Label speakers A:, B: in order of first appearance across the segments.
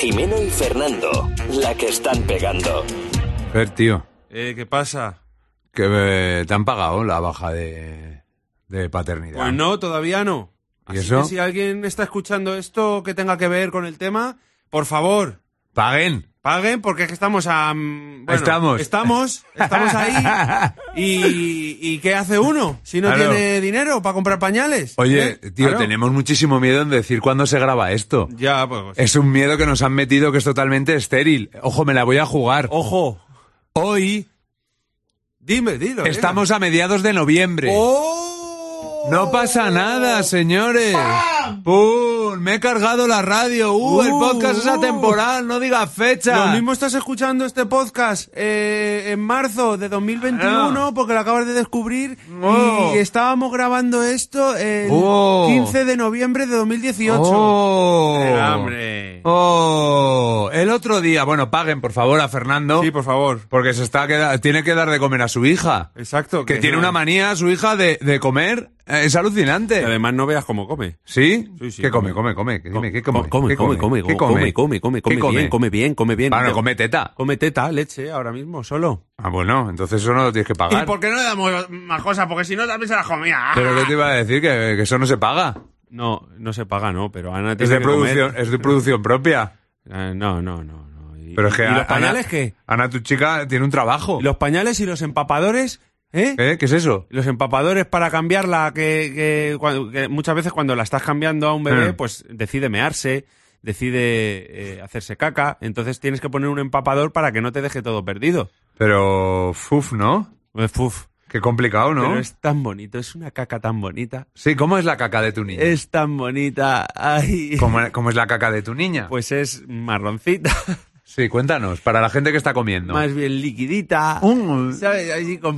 A: Jimeno y Fernando, la que están pegando.
B: Fer, tío,
C: Eh, ¿Qué pasa?
B: que eh, te han pagado la baja de, de paternidad.
C: Pues no, todavía no.
B: ¿Y
C: Así
B: eso?
C: que si alguien está escuchando esto que tenga que ver con el tema, por favor,
B: Paguen.
C: paguen porque es que estamos a... mm, bueno,
B: Estamos.
C: Estamos, estamos ahí. ¿Y, y qué hace uno si no
B: Claro.
C: tiene dinero para comprar pañales?
B: Oye,
C: ¿Eh?
B: tío,
C: Claro.
B: tenemos muchísimo miedo en decir cuándo se graba esto.
C: Ya, pues...
B: Es un miedo que nos han metido que es totalmente estéril. Ojo, me la voy a jugar.
C: Ojo.
B: Hoy
C: Dime, dilo. dilo.
B: estamos a mediados de noviembre.
C: ¡Oh!
B: No pasa nada, señores. ¡Pum! Me he cargado la radio. ¡Uh! el
C: Uh,
B: podcast es
C: uh.
B: atemporal. No digas fecha.
C: Lo mismo estás escuchando este podcast eh, en marzo de 2021
B: Ah.
C: porque lo acabas de descubrir
B: Oh.
C: y estábamos grabando esto el
B: Oh.
C: 15 de noviembre de 2018.
B: ¡Oh!
C: Venga, hombre.
B: ¡Oh! El otro día, bueno, paguen por favor a Fernando.
C: Sí, por favor.
B: Porque se está queda- tiene que dar de comer a su hija.
C: Exacto.
B: Que tiene una manía su hija de, de comer. eh, Es alucinante.
C: Que además no veas cómo come.
B: ¿Sí?
C: Sí, sí,
B: ¿Qué come,
C: come.
B: come, come? ¿Qué, dime, ¿qué come?
C: come, come,
B: ¿Qué
C: come, come,
B: ¿Qué
C: come, come, come, come,
B: ¿Qué
C: bien, come bien, come bien.
B: Bueno, come teta.
C: Come teta, leche, ahora mismo, solo.
B: Ah, bueno, entonces eso no lo tienes que pagar.
C: qué no le damos más cosas? Porque si no, también se las comía.
B: Pero ¿qué te iba a decir? Que, que eso no se paga.
C: No, no se paga, no, pero Ana tiene
B: Es de,
C: que comer.
B: producción, es de producción propia.
C: Eh, no, no, no. no. ¿Y,
B: Pero es que
C: ¿y
B: a-
C: los pañales
B: Ana,
C: qué?
B: Ana, tu chica, tiene un trabajo.
C: ¿Y los pañales y los empapadores? ¿Eh?
B: ¿Eh? ¿Qué es eso?
C: Los empapadores para cambiarla, que, que cuan- que muchas veces cuando la estás cambiando a un bebé,
B: Mm.
C: pues decide mearse, decide eh, hacerse caca, entonces tienes que poner un empapador para que no te deje todo perdido.
B: Pero, fuf, ¿no?
C: Eh, Uf,
B: Qué complicado, ¿no?
C: pero es tan bonito, es una caca tan bonita.
B: Sí, ¿cómo es la caca de tu niña?
C: Es tan bonita. Ay.
B: ¿Cómo, cómo es la caca de tu niña?
C: Pues es marroncita,
B: sí, cuéntanos, para la gente que está comiendo.
C: más bien liquidita.
B: Mm.
C: ¿Sabes? Así con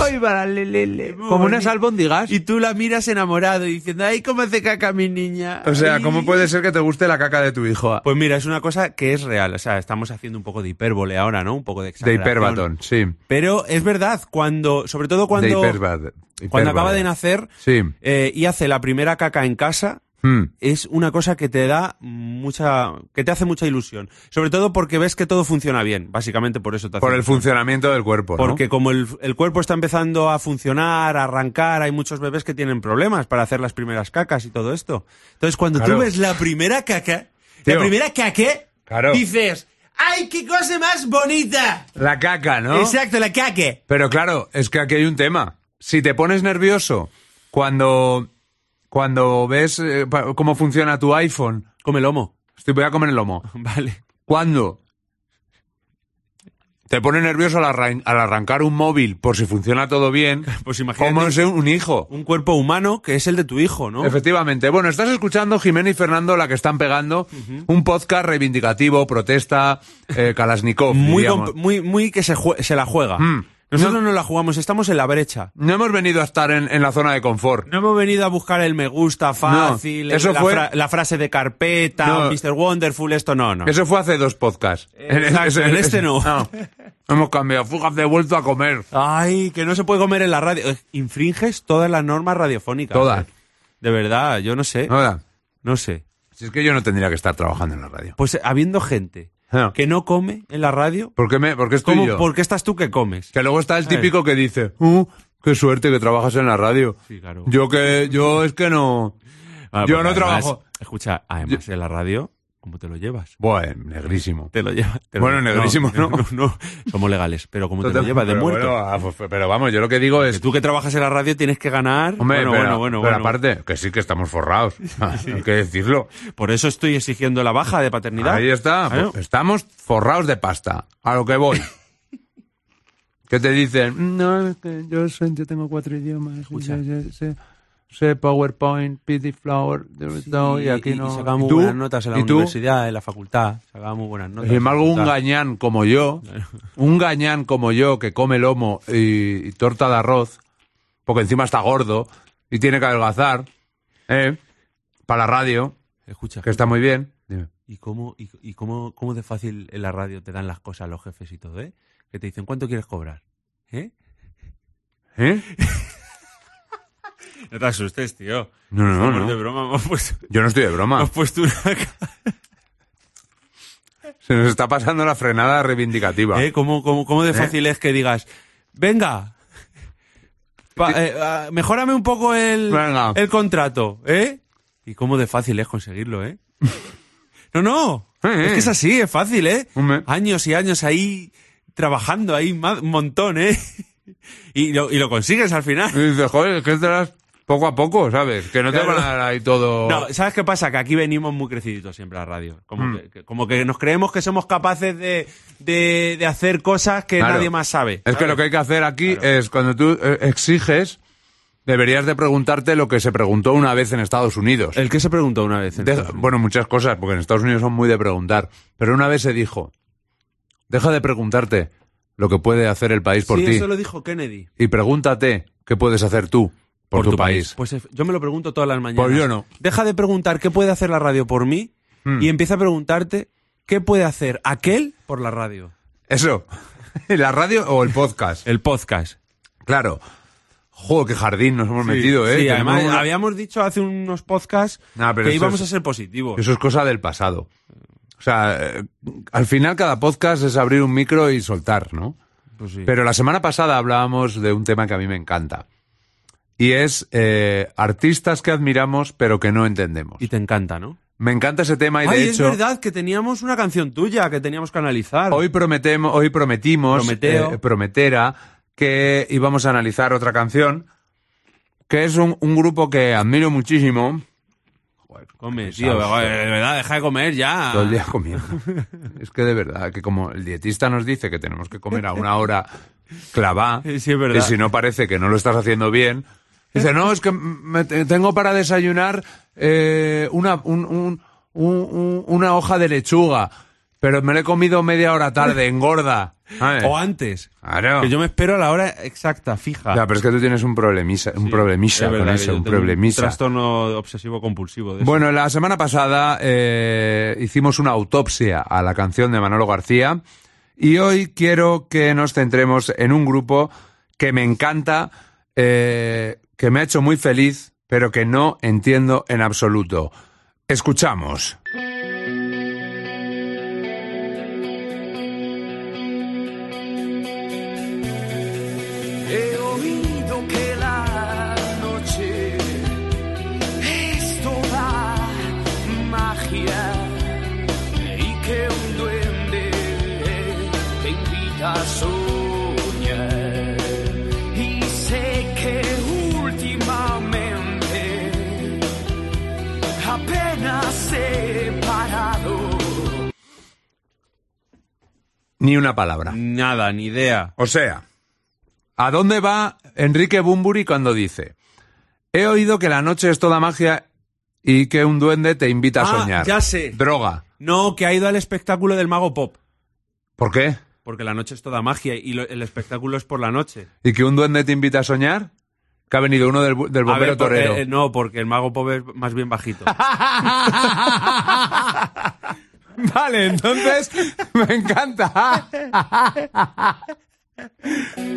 B: Ay, para le, le, le.
C: Muy
B: Como unas
C: bonito.
B: albóndigas.
C: Y tú la miras enamorado y diciendo, ay, cómo hace caca mi niña.
B: O sea,
C: Ay.
B: ¿cómo puede ser que te guste la caca de tu hijo?
C: Pues mira, es una cosa que es real. O sea, estamos haciendo un poco de hipérbole ahora, ¿no? Un poco de
B: De
C: exageración.
B: hiperbatón, sí.
C: Pero es verdad, cuando, sobre todo
B: de
C: cuando,
B: hiperbat-
C: cuando acaba
B: hiperbate.
C: de nacer
B: Sí.
C: eh, y hace la primera caca en casa,
B: Mm.
C: es una cosa que te da mucha, que te hace mucha ilusión. Sobre todo porque ves que todo funciona bien. Básicamente por eso te hace
B: Por el funcionamiento del cuerpo, ¿no?
C: Porque como el, el cuerpo está empezando a funcionar, a arrancar, hay muchos bebés que tienen problemas para hacer las primeras cacas y todo esto. Entonces, cuando
B: Claro.
C: tú ves la primera caca,
B: Tío.
C: la primera caca,
B: Claro.
C: dices, ¡ay, qué cosa más bonita!
B: La caca, ¿no?
C: Exacto, la caca.
B: Pero claro, es que aquí hay un tema. Si te pones nervioso cuando, cuando ves eh, pa- cómo funciona tu iPhone,
C: Come lomo.
B: estoy voy a comer el lomo.
C: Vale.
B: ¿Cuándo? Te pone nervioso al, arran- al arrancar un móvil por si funciona todo bien.
C: Pues
B: ¿Cómo
C: imagínate
B: es un hijo?
C: un cuerpo humano que es el de tu hijo, ¿no?
B: Efectivamente. Bueno, estás escuchando Jimena y Fernando, la que están pegando, un podcast reivindicativo, protesta, eh, Kalashnikov.
C: Muy,
B: diríamos.
C: comp- muy, muy que se, jue- se la juega.
B: Mm.
C: Nosotros no la jugamos, estamos en la brecha.
B: No hemos venido a estar en, en la zona de confort.
C: No hemos venido a buscar el me gusta fácil,
B: No, eso
C: la,
B: fue-
C: fra- la frase de carpeta,
B: No.
C: Mr. Wonderful, esto no, no.
B: Eso fue hace dos podcasts.
C: Exacto, en este no.
B: Hemos cambiado. Fugaz de vuelto a comer.
C: Ay, que no se puede comer en la radio. Eh, Infringes todas las normas radiofónicas.
B: Todas.
C: eh. De verdad, yo no sé.
B: Ahora,
C: No sé.
B: si es que yo no tendría que estar trabajando en la radio.
C: Pues eh, habiendo gente
B: No.
C: que no come en la radio,
B: ¿Por qué, me, por qué estoy
C: ¿cómo,
B: yo?
C: ¿por qué estás tú que comes?
B: Que luego está el
C: ¿Sabes?
B: típico que dice, "Uh, qué suerte que trabajas en la radio.
C: Sí, claro.
B: Yo que, yo es que no...
C: Ah,
B: yo
C: porque
B: no
C: además-
B: trabajo.
C: Escucha, además en la radio, ¿cómo te lo llevas?
B: Bueno, negrísimo.
C: Te lo llevas. te lo-
B: Bueno, negrísimo, ¿no?
C: No, no. Somos legales, pero como te lo llevas de
B: pero,
C: muerto.
B: bueno, ah, pues, pero vamos, yo lo que digo
C: Que
B: es...
C: tú que trabajas en la radio tienes que ganar.
B: Hombre, pero,
C: bueno, bueno, bueno,
B: pero
C: bueno.
B: aparte, que sí que estamos forrados. ah, Hay que decirlo.
C: Por eso estoy exigiendo la baja de paternidad.
B: Ahí está.
C: Claro.
B: Pues estamos forrados de pasta. A lo que voy. que te dicen, no, es que yo, soy- yo tengo cuatro idiomas.
C: Escucha.
B: yo- yo sé, sé PowerPoint, PD Flower, there is no, y aquí no.
C: sacaba muy
B: ¿Y tú?
C: buenas notas en la
B: ¿Y tú?
C: universidad, en la facultad. Sacaba muy buenas notas.
B: Sin embargo, un
C: Facultad.
B: gañán como yo, un gañán como yo que come lomo y, y torta de arroz, porque encima está gordo y tiene que adelgazar, ¿eh? para la radio,
C: Escucha,
B: que está muy bien. Dime.
C: ¿y, cómo, y, y cómo, cómo de fácil en la radio te dan las cosas los jefes y todo, eh? Que te dicen, ¿cuánto quieres cobrar? ¿Eh?
B: ¿Eh?
C: No te asustes, tío.
B: No, no, no.
C: broma, hemos puesto,
B: Yo no estoy de broma.
C: puesto una... ca-
B: Se nos está pasando la frenada reivindicativa.
C: ¿Eh? ¿Cómo, cómo, cómo de fácil es que digas, venga, pa- eh, ah, mejórame un poco el,
B: Venga.
C: el contrato, ¿eh? Y cómo de fácil es conseguirlo, ¿eh? No, no,
B: Eh,
C: es
B: eh.
C: que es así, es fácil, ¿eh?
B: Hombre.
C: Años y años ahí trabajando, ahí ma- un montón, ¿eh? Y lo, y lo consigues al
B: Y
C: final.
B: dices, joder, es que te das poco a poco, ¿sabes? Que no te
C: Claro.
B: van a dar ahí todo.
C: No, ¿sabes qué pasa? Que aquí venimos muy creciditos siempre a la radio. Como,
B: Mm.
C: que- que, como que nos creemos que somos capaces de, de- de hacer cosas que
B: Claro.
C: nadie más sabe.
B: Es que
C: ¿sabes?
B: lo que hay que hacer aquí es cuando tú eh, exiges, deberías de preguntarte lo que se preguntó una vez en Estados Unidos.
C: El que se preguntó una vez. en
B: Deja-
C: Estados Unidos.
B: bueno, muchas cosas, porque en Estados Unidos son muy de preguntar. Pero una vez se dijo, deja de preguntarte lo que puede hacer el país por
C: sí,
B: ti
C: eso lo dijo Kennedy.
B: y pregúntate qué puedes hacer tú por, tu, país.
C: Pues eh, yo me lo pregunto todas las mañanas.
B: Pues yo no.
C: Deja de preguntar qué puede hacer la radio por mí
B: Hmm.
C: y empieza a preguntarte qué puede hacer aquel por la radio.
B: Eso, la radio o el podcast.
C: El podcast.
B: Claro. Joder, qué jardín nos hemos metido, ¿eh?
C: Sí,
B: Tenemos
C: además
B: una-
C: habíamos dicho hace unos podcasts
B: Ah, pero
C: que
B: eso
C: íbamos
B: es-
C: a ser positivos.
B: Eso es cosa del pasado. O sea, eh, al final cada podcast es abrir un micro y soltar, ¿no?
C: Pues sí.
B: Pero la semana pasada hablábamos de un tema que a mí me encanta. Y es eh, artistas que admiramos pero que no entendemos.
C: Y te encanta, ¿no?
B: Me encanta ese tema y
C: Ay,
B: de
C: es
B: hecho
C: verdad que teníamos una canción tuya que teníamos que analizar.
B: hoy prometemos, hoy prometimos,
C: Prometeo.
B: eh, prometera, que íbamos a analizar otra canción que es un, un grupo que admiro muchísimo. Joder,
C: Come,
B: qué
C: tío,
B: pesado
C: eh,
B: estoy.
C: de verdad, deja de comer ya.
B: Todo el día comiendo. es que de verdad, que como el dietista nos dice que tenemos que comer a una hora clavá,
C: Sí, es verdad.
B: y si no parece que no lo estás haciendo bien, dice, no, es que me te- tengo para desayunar eh, una, un- un- un- un- una hoja de lechuga, pero me la he comido media hora tarde, engorda. ¿sabes?
C: O antes.
B: Claro.
C: Que yo me espero a la hora exacta, fija.
B: Ah. Ya, pero es que tú tienes un problemisa, un problemisa
C: Es verdad
B: con
C: que
B: eso,
C: yo
B: un
C: tengo
B: problemisa.
C: trastorno obsesivo compulsivo. de eso.
B: Bueno, la semana pasada eh, hicimos una autopsia a la canción de Manolo García y hoy quiero que nos centremos en un grupo que me encanta, eh, que me ha hecho muy feliz, pero que no entiendo en absoluto. Escuchamos.
D: He oído que la noche es toda magia y que un duende te invita a soñar. Y sé que últimamente apenas he parado.
B: Ni una palabra.
C: Nada, ni idea.
B: O sea, ¿a dónde va Enrique Bumburi cuando dice, he oído que la noche es toda magia y que un duende te invita a
C: Ah,
B: soñar?
C: ya sé.
B: Droga.
C: No, que ha ido al espectáculo del mago pop.
B: ¿Por qué?
C: Porque la noche es toda magia y lo- el espectáculo es por la noche.
B: ¿Y que un duende te invita a soñar? Que ha venido uno del, bu- del
C: A
B: bombero
C: ver, por-
B: torero.
C: eh, eh, no, porque el mago pop es más bien bajito.
B: Vale, entonces me encanta.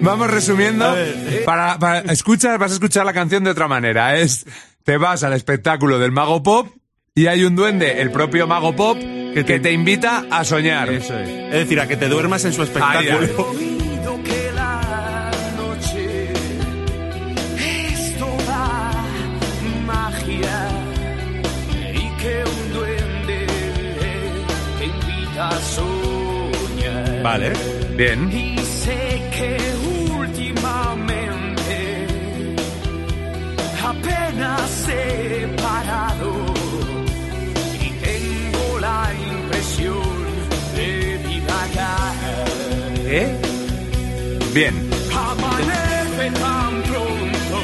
B: Vamos resumiendo.
C: ¿eh?
B: Para, para- escucha, vas a escuchar la canción de otra manera. Es te vas al espectáculo del mago pop y hay un duende, el propio mago pop, que te, invita a soñar.
C: Eso es. Es decir, a que te duermas en su
B: Ahí,
C: espectáculo.
B: ahí.
D: oído que la noche es toda magia y que un duende te invita a soñar.
C: Vale.
B: Bien.
D: Y sé que últimamente apenas he parado y tengo la impresión de divagar.
C: ¿Eh?
B: Bien.
D: Amanece tan pronto.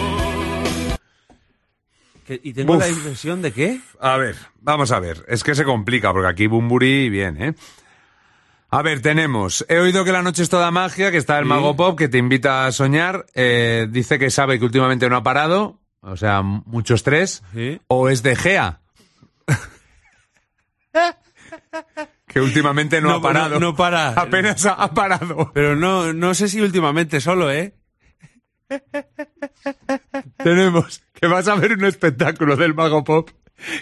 C: Que- ¿Y tengo
B: Buf.
C: la impresión de qué?
B: A ver, vamos a ver. Es que se complica, porque aquí Bumburi, bien, ¿eh? A ver, tenemos. He oído que la noche es toda magia, que está el mago pop, que te invita a soñar. eh, dice que sabe que últimamente no ha parado. O sea, m- mucho estrés.
C: Sí.
B: O es de Gea. que últimamente no,
C: No,
B: ha parado.
C: no- no para.
B: Apenas ha, ha parado.
C: Pero no, no sé si últimamente solo, ¿eh?
B: tenemos que vas a ver un espectáculo del mago pop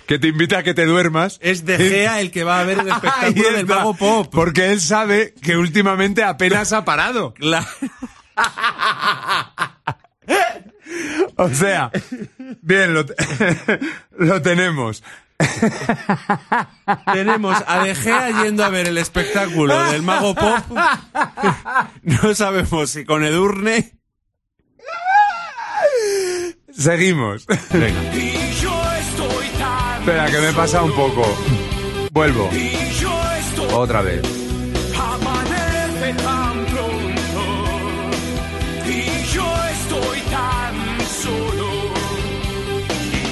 B: que te invita a que te duermas.
E: Es De Gea el que va a ver el
B: Ahí
E: espectáculo del
B: está.
E: Mago Pop.
B: Porque él sabe que últimamente apenas ha parado.
E: La-
B: O sea, bien, lo, te- lo tenemos.
E: Tenemos a De Gea yendo a ver el espectáculo del Mago Pop. No sabemos si con Edurne.
B: Seguimos.
D: Y yo estoy tan
B: Espera, que me pasa un poco. Vuelvo.
D: Y yo estoy
B: Otra vez. Oh.
D: amanece tan pronto. Y yo estoy tan solo.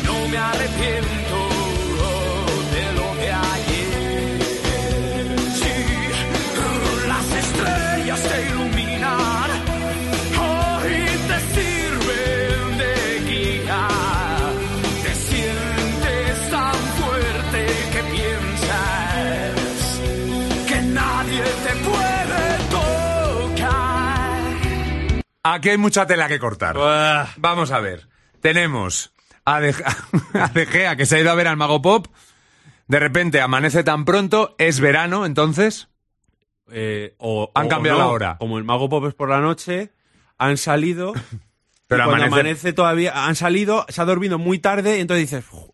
D: Y no me arrepiento de lo que ayer. Sí, las estrellas te iluminan. Hoy te sirven de guía. Te sientes tan fuerte que piensas que nadie te puede tocar.
B: Aquí hay mucha tela que cortar.
E: Buah.
B: Vamos a ver. Tenemos a De, a De Gea, que se ha ido a ver al Mago Pop. De repente amanece tan pronto, es verano, entonces.
C: Eh, o,
B: Han
C: o
B: cambiado
C: no,
B: la hora.
C: Como el Mago Pop es por la noche, han salido.
B: Pero
C: y cuando
B: amanece-
C: amanece... todavía. Han salido, se ha dormido muy tarde, y entonces dices, "Joder,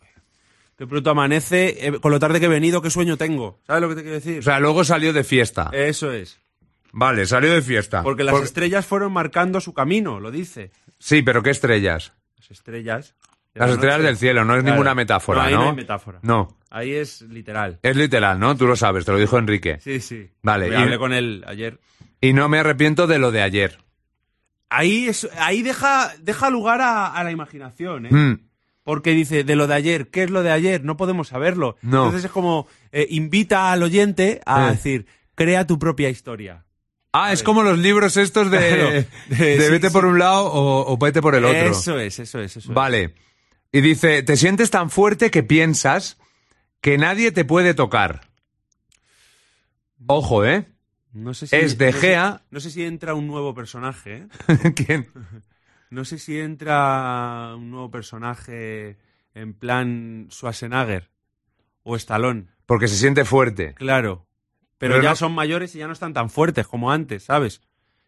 C: qué pronto amanece, eh, con lo tarde que he venido, qué sueño tengo. ¿Sabes lo que te quiero decir?
B: O sea, luego salió de fiesta.
C: Eso es.
B: Vale, salió de fiesta.
C: Eh. Porque las
B: Por-
C: estrellas fueron marcando su camino, lo dice.
B: Sí, pero ¿qué estrellas?
C: Las estrellas. de
B: Las
C: la
B: estrellas
C: noche.
B: del cielo, no es
C: Claro.
B: ninguna metáfora, ¿no?
C: ahí no hay metáfora.
B: No,
C: Ahí es literal.
B: es literal, ¿no? Tú lo sabes, te lo dijo Enrique.
C: Sí, sí.
B: Vale,
C: Me
B: y-
C: hablé con él ayer.
B: Y no me arrepiento de lo de ayer.
C: Ahí, es, ahí deja, deja lugar a, a la imaginación, ¿eh?
B: Mm.
C: Porque dice, de lo de ayer, ¿qué es lo de ayer? No podemos saberlo.
B: No.
C: Entonces es como, eh, invita al oyente a
B: Eh.
C: decir, crea tu propia historia.
B: Ah, es como los libros estos de,
C: Claro.
B: de,
C: Sí,
B: vete
C: sí.
B: por un lado o, o vete por el otro.
C: Eso es, eso es, eso es.
B: Vale. Y dice, te sientes tan fuerte que piensas que nadie te puede tocar. Ojo, ¿eh?
C: No sé si,
B: Es de
C: no sé-
B: Gea.
C: No sé si entra un nuevo personaje, ¿eh?
B: ¿Quién?
C: No sé si entra un nuevo personaje en plan Schwarzenegger o Stallone.
B: Porque se siente fuerte.
C: Claro. Pero,
B: Pero
C: ya
B: no-
C: son mayores y ya no están tan fuertes como antes, ¿sabes?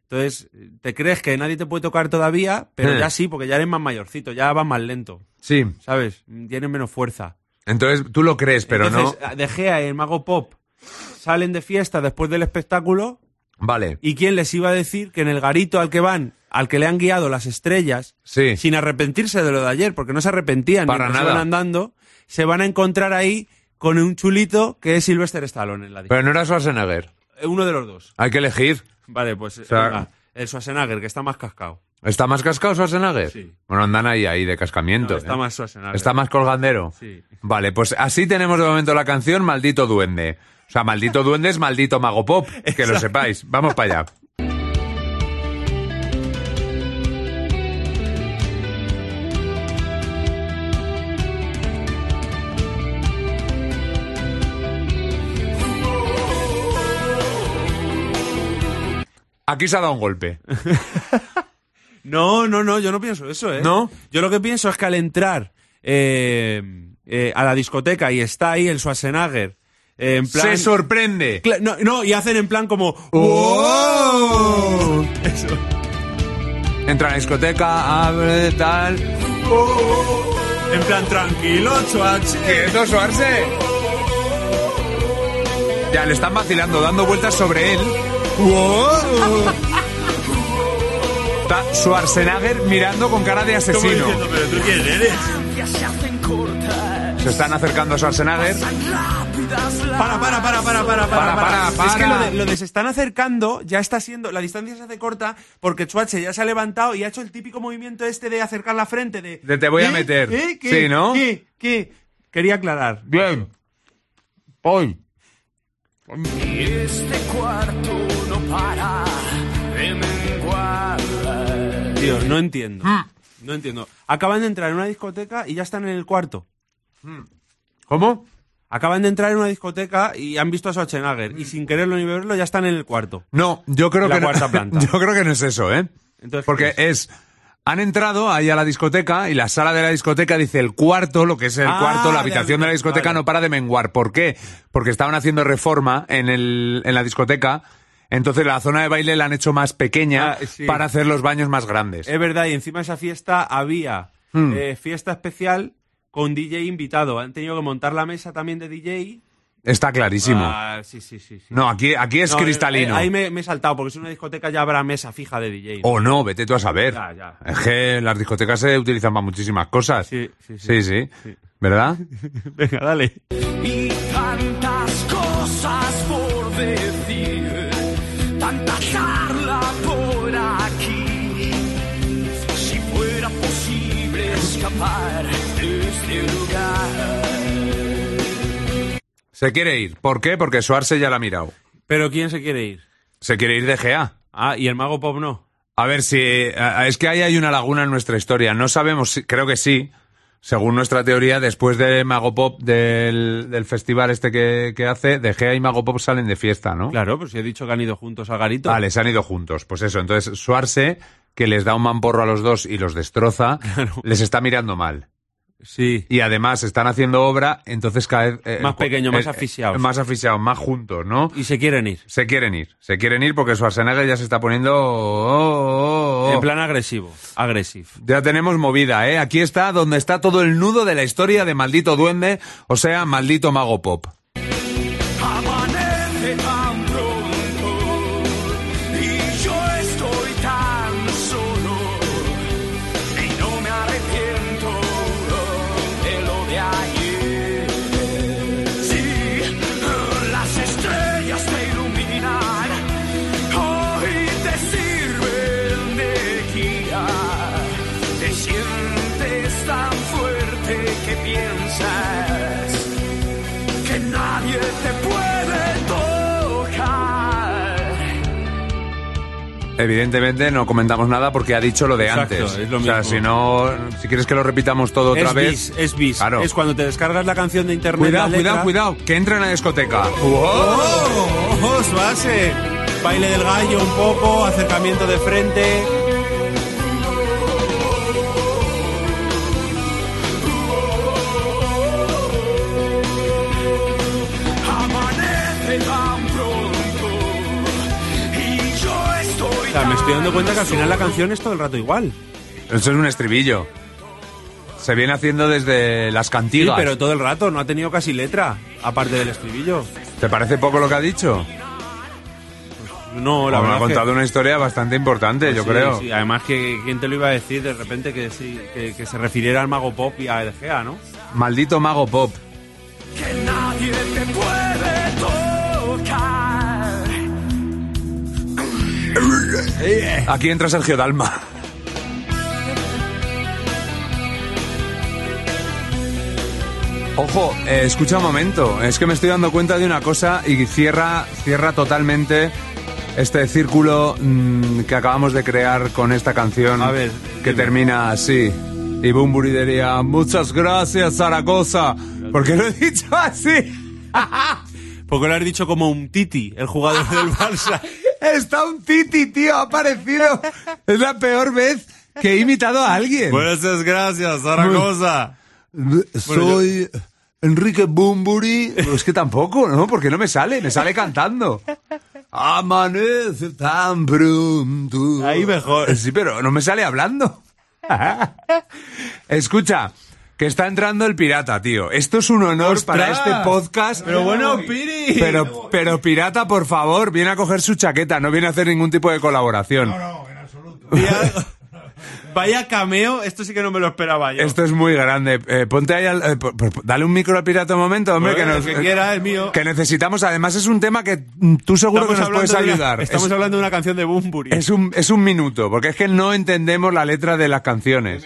C: Entonces, te crees que nadie te puede tocar todavía, pero
B: Eh.
C: ya sí, porque ya eres más mayorcito, ya vas más lento,
B: Sí.
C: ¿sabes? Tienes menos fuerza.
B: Entonces tú lo crees, pero
C: Entonces, ah.
B: no.
C: De Gea y el Mago Pop salen de fiesta después del espectáculo
B: Vale.
C: y ¿quién les iba a decir que en el garito al que van, al que le han guiado las estrellas,
B: Sí.
C: sin arrepentirse de lo de ayer, porque no se arrepentían,
B: Para
C: mientras
B: nada.
C: iban andando, se van a encontrar ahí con un chulito que es Sylvester Stallone en la discoteca.
B: Pero no era Schwarzenegger.
C: Eh, Uno de los dos.
B: Hay que elegir.
C: Vale, pues eh,
B: sea-
C: venga, el Schwarzenegger, que está más cascado.
B: ¿Está más cascado Schwarzenegger?
C: Sí.
B: Bueno, andan ahí, ahí, de cascamiento.
C: No, está
B: ¿eh?
C: más Schwarzenegger.
B: Está más colgandero.
C: Sí.
B: Vale, pues así tenemos de momento la canción Maldito Duende. O sea, Maldito Duende es Maldito Mago Pop, que lo sepáis. Vamos para allá. Aquí se ha dado un golpe.
C: No, no, no, yo no pienso eso, ¿eh?
B: ¿No?
C: Yo lo que pienso es que al entrar eh, eh, a la discoteca y está ahí el Schwarzenegger, eh, en plan...
B: Se sorprende.
C: Cla- no, no, y hacen en plan como...
B: ¡Oh!
C: Eso.
B: Entra a la discoteca, abre, tal.
C: En plan, tranquilo, Schwarzenegger.
B: ¡Quieto, Suarse! Ya le están vacilando, dando vueltas sobre él. Está Schwarzenegger mirando con cara de
C: Como
B: asesino.
C: diciendo, pero tú quién eres.
D: Ya se hacen cortas,
B: Se están acercando a Schwarzenegger.
D: rápidas las...
C: Para, para, para, para,
B: Para,
C: para, para,
B: para, para.
C: Es que lo de, lo de se están acercando ya está siendo. La distancia se hace corta porque Chuache ya se ha levantado y ha hecho el típico movimiento este de acercar la frente. De, ¿Eh?
B: De te voy a meter.
C: ¿Qué? ¿Qué?
B: Sí, ¿no?
C: ¿Qué? ¿Qué? Quería aclarar.
B: Bien. Hoy.
D: Y este cuarto no para de menguar.
C: Tío, no entiendo.
B: Mm.
C: No entiendo. Acaban de entrar en una discoteca y ya están en el cuarto.
B: ¿Cómo?
C: Acaban de entrar en una discoteca y han visto a Schwarzenegger y sin quererlo ni beberlo ya están en el cuarto.
B: No, yo creo
C: La
B: que no-
C: cuarta planta.
B: yo creo que no es eso, ¿eh?
C: Entonces,
B: Porque
C: ¿qué
B: es Han entrado ahí a la discoteca y la sala de la discoteca dice el cuarto, lo que es el
C: Ah,
B: cuarto,
C: de
B: la habitación de la
C: habitación,
B: discoteca
C: vale.
B: no para de menguar. ¿Por qué? Porque estaban haciendo reforma en, el, en la discoteca, entonces la zona de baile la han hecho más pequeña
C: Ah, sí. Eh,
B: para hacer los baños más grandes.
C: Es verdad, y encima de esa fiesta había
B: Hmm.
C: eh, fiesta especial con DJ invitado. Han tenido que montar la mesa también de DJ.
B: Está clarísimo.
C: Ah, sí, sí, sí. sí.
B: no, aquí, aquí es
C: No, eh,
B: cristalino.
C: eh, ahí me, me he saltado, porque si es una discoteca ya habrá mesa fija de DJ. ¿no?
B: O no, vete tú a saber.
C: Ya, ya.
B: Es que las discotecas se utilizan para muchísimas cosas.
C: Sí, sí,
B: Sí,
C: sí.
B: sí.
C: Sí.
B: ¿Verdad?
C: Venga, dale.
D: y tantas cosas por decir, tanta charla por aquí. Si fuera posible escapar de este lugar.
B: Se quiere ir. ¿Por qué? Porque Suarse ya la ha mirado.
C: Pero ¿quién se quiere ir?
B: Se quiere ir de GA.
C: Ah, y el mago pop no.
B: A ver si. a- a- Es que ahí hay una laguna en nuestra historia. No sabemos, si- creo que sí. Según nuestra teoría, después de Mago Pop, del, del festival este que, que hace, de GA y Mago Pop salen de fiesta, ¿no?
C: Claro, pues he dicho que han ido juntos al garito.
B: Vale, se han ido juntos. Pues eso, entonces Suarse, que les da un mamporro a los dos y los destroza, les está mirando mal.
C: Sí.
B: Y además están haciendo obra, entonces cada vez... eh,
C: Más
B: cu-
C: pequeño, más
B: eh, eh,
C: asfixiados.
B: Más asfixiados, más juntos, ¿no?
C: Y se quieren ir.
B: Se quieren ir, se quieren ir porque Schwarzenegger ya se está poniendo... oh, oh, oh.
C: En plan agresivo. Agresivo.
B: Ya tenemos movida, ¿eh? Aquí está donde está todo el nudo de la historia de Maldito Duende, o sea, Maldito Mago Pop.
D: Amanece tan pronto y yo estoy tan solo y no me arrepiento de lo de ayer. Sí, las estrellas te iluminan, hoy te sirven de guía. Te sientes tan fuerte que piensas que nadie te puede tocar.
B: Evidentemente no comentamos nada porque ha dicho lo de
C: Exacto,
B: antes.
C: es lo
B: o sea,
C: mismo.
B: si no, si quieres que lo repitamos todo otra
C: es
B: vez...
C: bis, es bis.
B: Claro.
C: Es cuando te descargas la canción de internet.
B: Cuidado,
C: la
B: cuidado,
C: letra.
B: cuidado, que entra en la discoteca.
C: ¡Oh! ¡Oh, Suase! Baile del gallo un poco, acercamiento de frente.
D: Amanece tan pronto y yo estoy.
C: O sea, me estoy dando
D: tan
C: cuenta que al final la
D: solo.
C: canción es todo el rato igual.
B: Eso es un estribillo. Se viene haciendo desde las
C: Sí,
B: cantigas.
C: pero todo el rato, no ha tenido casi letra, aparte del estribillo.
B: ¿Te parece poco lo que ha dicho?
C: No, la
B: Bueno, ha
C: verdad. es que-
B: contado una historia bastante importante, yo
C: Sí,
B: creo.
C: sí, Además, que ¿quién te lo iba a decir de repente que, sí, que, que se refiriera al mago pop y a Egea, ¿no?
B: Maldito mago pop.
D: Que nadie te puede tocar.
B: Aquí entra Sergio Dalma. Ojo, eh, escucha un momento. Es que me estoy dando cuenta de una cosa y cierra, cierra totalmente este círculo mm, que acabamos de crear con esta canción.
C: A ver,
B: Que
C: dime.
B: termina así. Y Bumburi diría, muchas gracias, Zaragoza. Porque lo he dicho así.
C: Porque lo has dicho como un Titi, el jugador del Barça.
B: Está un titi, tío, ha aparecido. Es la peor vez que he imitado a alguien.
E: Muchas Pues gracias, Zaragoza.
B: Soy Enrique Bumburi. Es que tampoco, ¿no? Porque no me sale, me sale cantando. Amanece tan pronto.
C: Ahí mejor.
B: Sí, pero no me sale hablando. Escucha, que está entrando el pirata, tío. Esto es un honor para este podcast.
E: Pero bueno, Piri.
B: Pero, pero pirata, por favor, viene a coger su chaqueta, no viene a hacer ningún tipo de colaboración.
C: Tía, Vaya cameo, esto sí que no me lo esperaba yo.
B: Esto es muy grande. Eh, ponte ahí al, eh, po- po- dale un micro al pirata un momento, hombre, que
C: Bueno, el
B: nos, eh,
C: que quiera, el mío.
B: Que necesitamos. Además, es un tema que mm, tú seguro que nos puedes
C: hablando de una-
B: ayudar.
C: estamos
B: es,
C: hablando de una canción de Bumburi.
B: es un, es un minuto, porque es que no entendemos la letra de las canciones.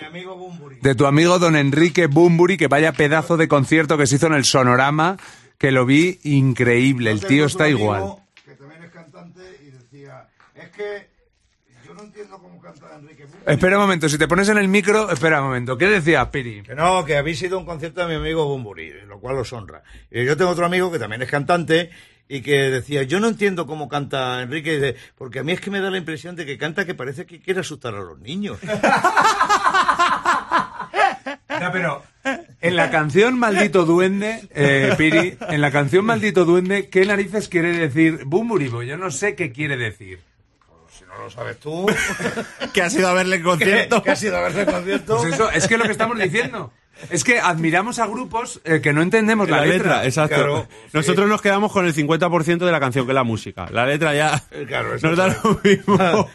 B: De tu amigo don Enrique Bumburi, que vaya pedazo de concierto que se hizo en el Sonorama, que lo vi increíble. El
F: Tengo
B: tío está
F: un amigo
B: igual.
F: Que también es cantante y decía, es que yo no entiendo cómo canta Enrique Bumburi".
B: Espera un momento, si te pones en el micro, espera un momento. ¿Qué decía Piri?
F: Que no,
G: eh,
F: que habéis ido a un concierto de mi amigo Bumburi, lo cual os honra. Y yo tengo otro amigo que también es cantante
G: y que decía, yo no entiendo cómo canta Enrique, y dice, porque a mí es que me da la impresión de que canta que parece que quiere asustar a los niños.
B: No, pero en la canción Maldito Duende, eh, Piri, en la canción Maldito Duende, ¿qué narices quiere decir Bumburibo? Yo no sé qué quiere decir.
G: Si no lo sabes tú,
C: Que ha sido a verle el
G: que,
C: concierto.
G: que has ido a verle el concierto.
B: Pues eso, es que lo que estamos diciendo. Es que admiramos a grupos eh, que no entendemos la,
C: La letra, exacto.
G: Claro,
C: Nosotros nos quedamos con el 50% de la canción, que es la música. La letra ya
G: Eh, claro,
C: nos da lo mismo.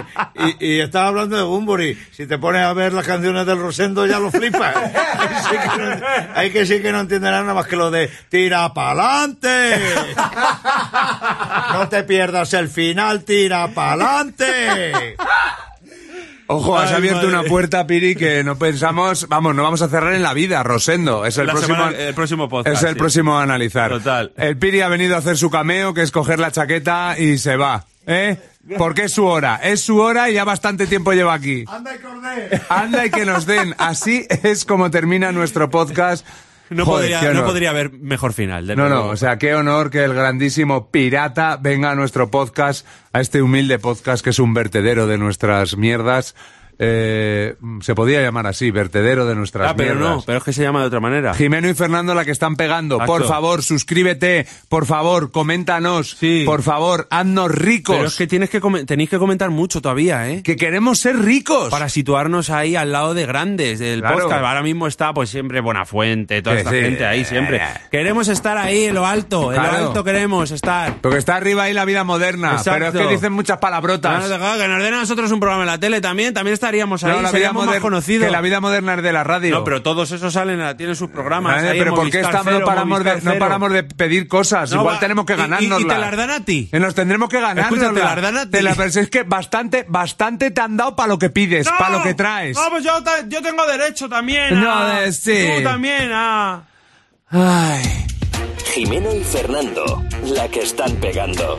G: y, y estaba hablando de Bumburi. Si te pones a ver las canciones del Rosendo, ya lo flipas. Ahí sí que no- Ahí que sí que no entenderán nada más que lo de tira pa'lante. No te pierdas el final, tira pa'lante.
B: Ojo, has
C: Ay,
B: abierto
C: madre.
B: una puerta, Piri, que no pensamos, vamos, no vamos a cerrar en la vida, Rosendo. Es el
C: La
B: próximo,
C: semana- el próximo podcast,
B: Es el
C: sí.
B: próximo a analizar.
C: Total.
B: El Piri ha venido a hacer su cameo, que es coger la chaqueta y se va. ¿Eh? Porque es su hora, es su hora y ya bastante tiempo lleva aquí.
H: Anda y cordé.
B: Anda y que nos den. Así es como termina nuestro podcast.
C: No,
B: Joder, qué
C: podría, no
B: honor.
C: podría haber mejor final. de
B: No,
C: nuevo.
B: no, o sea, qué honor que el grandísimo pirata venga a nuestro podcast, a este humilde podcast que es un vertedero de nuestras mierdas. Eh, se podía llamar así, vertedero de nuestras
C: Ah, pero
B: mierdas.
C: no, pero es que se llama de otra manera.
B: Jimeno y Fernando la que están pegando.
C: Exacto.
B: Por favor, suscríbete. Por favor, coméntanos.
C: Sí.
B: Por favor, haznos ricos.
C: Pero es que, tienes que comen- tenéis que comentar mucho todavía, ¿eh?
B: Que queremos ser ricos.
C: Para situarnos ahí al lado de grandes del
B: Claro.
C: podcast. Ahora mismo está, pues siempre Buenafuente, toda
B: Sí,
C: esta
B: sí.
C: gente ahí siempre. Queremos estar ahí en lo alto, en
B: Claro.
C: lo alto queremos estar.
B: Porque está arriba ahí la vida moderna.
C: Exacto.
B: Pero es que dicen muchas palabrotas.
C: Claro, claro, Ah, que nos den a nosotros un programa en la tele también, también estaríamos ahí,
B: No, la vida
C: seríamos más
B: moderna.
C: conocidos.
B: Que la vida moderna es de la radio.
C: No, pero todos esos salen, a- tienen sus programas.
B: Vale,
C: ahí en
B: pero ¿por qué
C: Movistar
B: estamos, no,
C: Cero,
B: paramos de,
C: Movistar
B: no
C: Cero.
B: paramos de pedir cosas?
C: No,
B: Igual
C: va-
B: tenemos que
C: y- y-
B: ganarnos.
C: y te las dan a ti.
B: nos tendremos que ganar.
C: Escucha, te las dan a ti.
B: es que bastante, bastante te han dado para lo que pides,
C: ¡No!
B: para lo que traes.
C: No, pues yo, ta- yo tengo derecho también.
B: No,
C: a-
B: eh, sí.
C: Tú también, a...
B: Ay.
A: Jimeno y Fernando, la que están pegando.